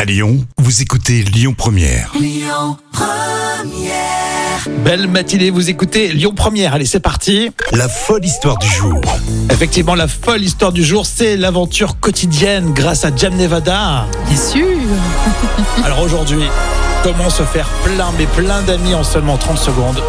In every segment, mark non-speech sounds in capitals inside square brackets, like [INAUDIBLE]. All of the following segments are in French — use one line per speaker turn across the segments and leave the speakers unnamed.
À Lyon, vous écoutez Lyon Première.
Belle matinée, vous écoutez Lyon Première. Allez, c'est parti.
La folle histoire du jour.
Effectivement, la folle histoire du jour, c'est l'aventure quotidienne grâce à Jam Nevada.
Bien sûr
Alors aujourd'hui, comment se faire plein mais plein d'amis en seulement 30 secondes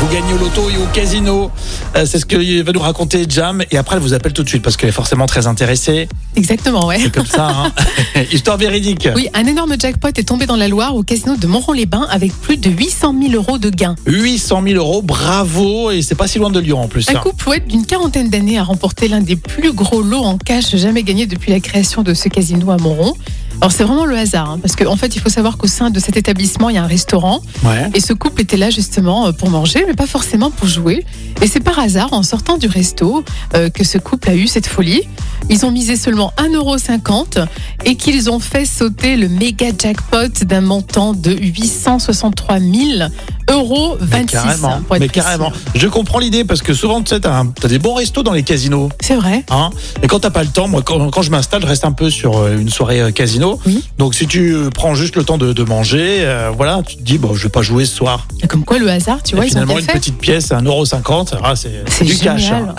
vous gagnez au loto et au casino. Euh, c'est ce que va nous raconter Jam. Et après, elle vous appelle tout de suite parce qu'elle est forcément très intéressée.
Exactement, ouais.
C'est comme ça. hein.
[LAUGHS]
Histoire véridique.
Oui, un énorme jackpot est tombé dans la Loire au casino de Moron-les-Bains avec plus de 800 000 euros de gains.
800 000 euros, bravo. Et c'est pas si loin de Lyon en plus.
Un
hein.
couple ouais, d'une quarantaine d'années a remporté l'un des plus gros lots en cash jamais gagnés depuis la création de ce casino à Moron. Alors c'est vraiment le hasard, hein, parce qu'en fait il faut savoir qu'au sein de cet établissement il y a un restaurant
Ouais.
et ce couple était là justement euh, pour manger mais pas forcément pour jouer. Et c'est par hasard en sortant du resto euh, que ce couple a eu cette folie. Ils ont misé seulement 1,50€ et qu'ils ont fait sauter le méga jackpot d'un montant de 863 000 euros 26.
Mais carrément.
hein, pour être
mais
précis.
carrément. Je comprends l'idée parce que souvent, tu sais, t'as un- t'as des bons restos dans les casinos.
C'est vrai.
Hein et quand t'as pas le temps, moi, quand, quand je m'installe, je reste un peu sur euh, une soirée euh, casino.
Oui.
Donc, si tu euh, prends juste le temps de, de manger, euh, voilà, tu te dis, bon, je vais pas jouer ce soir.
Et Comme quoi le hasard, tu vois,
et
ils ont
finalement,
bien
une
fait.
petite pièce à 1,50€, ah, c'est c'est
C'est
du
génial.
cash. hein.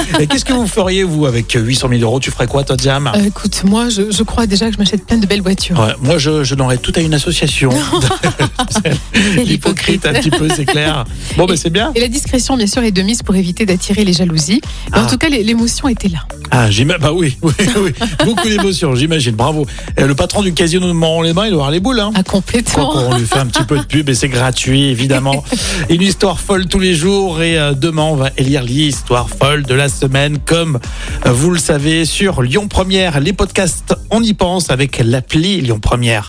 [LAUGHS] et qu'est-ce que vous feriez, vous, avec euh, 800 000 euros Tu ferais quoi, toi, Jam
Euh, écoute, moi, je, je crois déjà que je m'achète plein de belles voitures.
Ouais, Moi, je, je donnerais tout à une
[LAUGHS]
association.
Quel
L'hypocrite, un petit peu, c'est clair. Bon, ben, c'est bien.
Et la discrétion, bien sûr, est de mise pour éviter d'attirer les jalousies. Mais
Ah.
En tout cas, l'é- l'émotion était là.
Ah, j'imagine. Bah oui, [LAUGHS] oui, oui. Beaucoup d'émotions, j'imagine. Bravo. Euh, le patron du casino de Mont-les-Bains, il doit avoir les boules. Hein.
Ah,
Quoi
complètement.
qu'on lui fait un petit peu de pub et c'est gratuit, évidemment. Une histoire folle tous les jours. Et euh, demain, on va élire l'histoire folle de la semaine. Comme euh, vous le savez, sur Lyon Première, les podcasts, on y pense avec l'appli Lyon Première.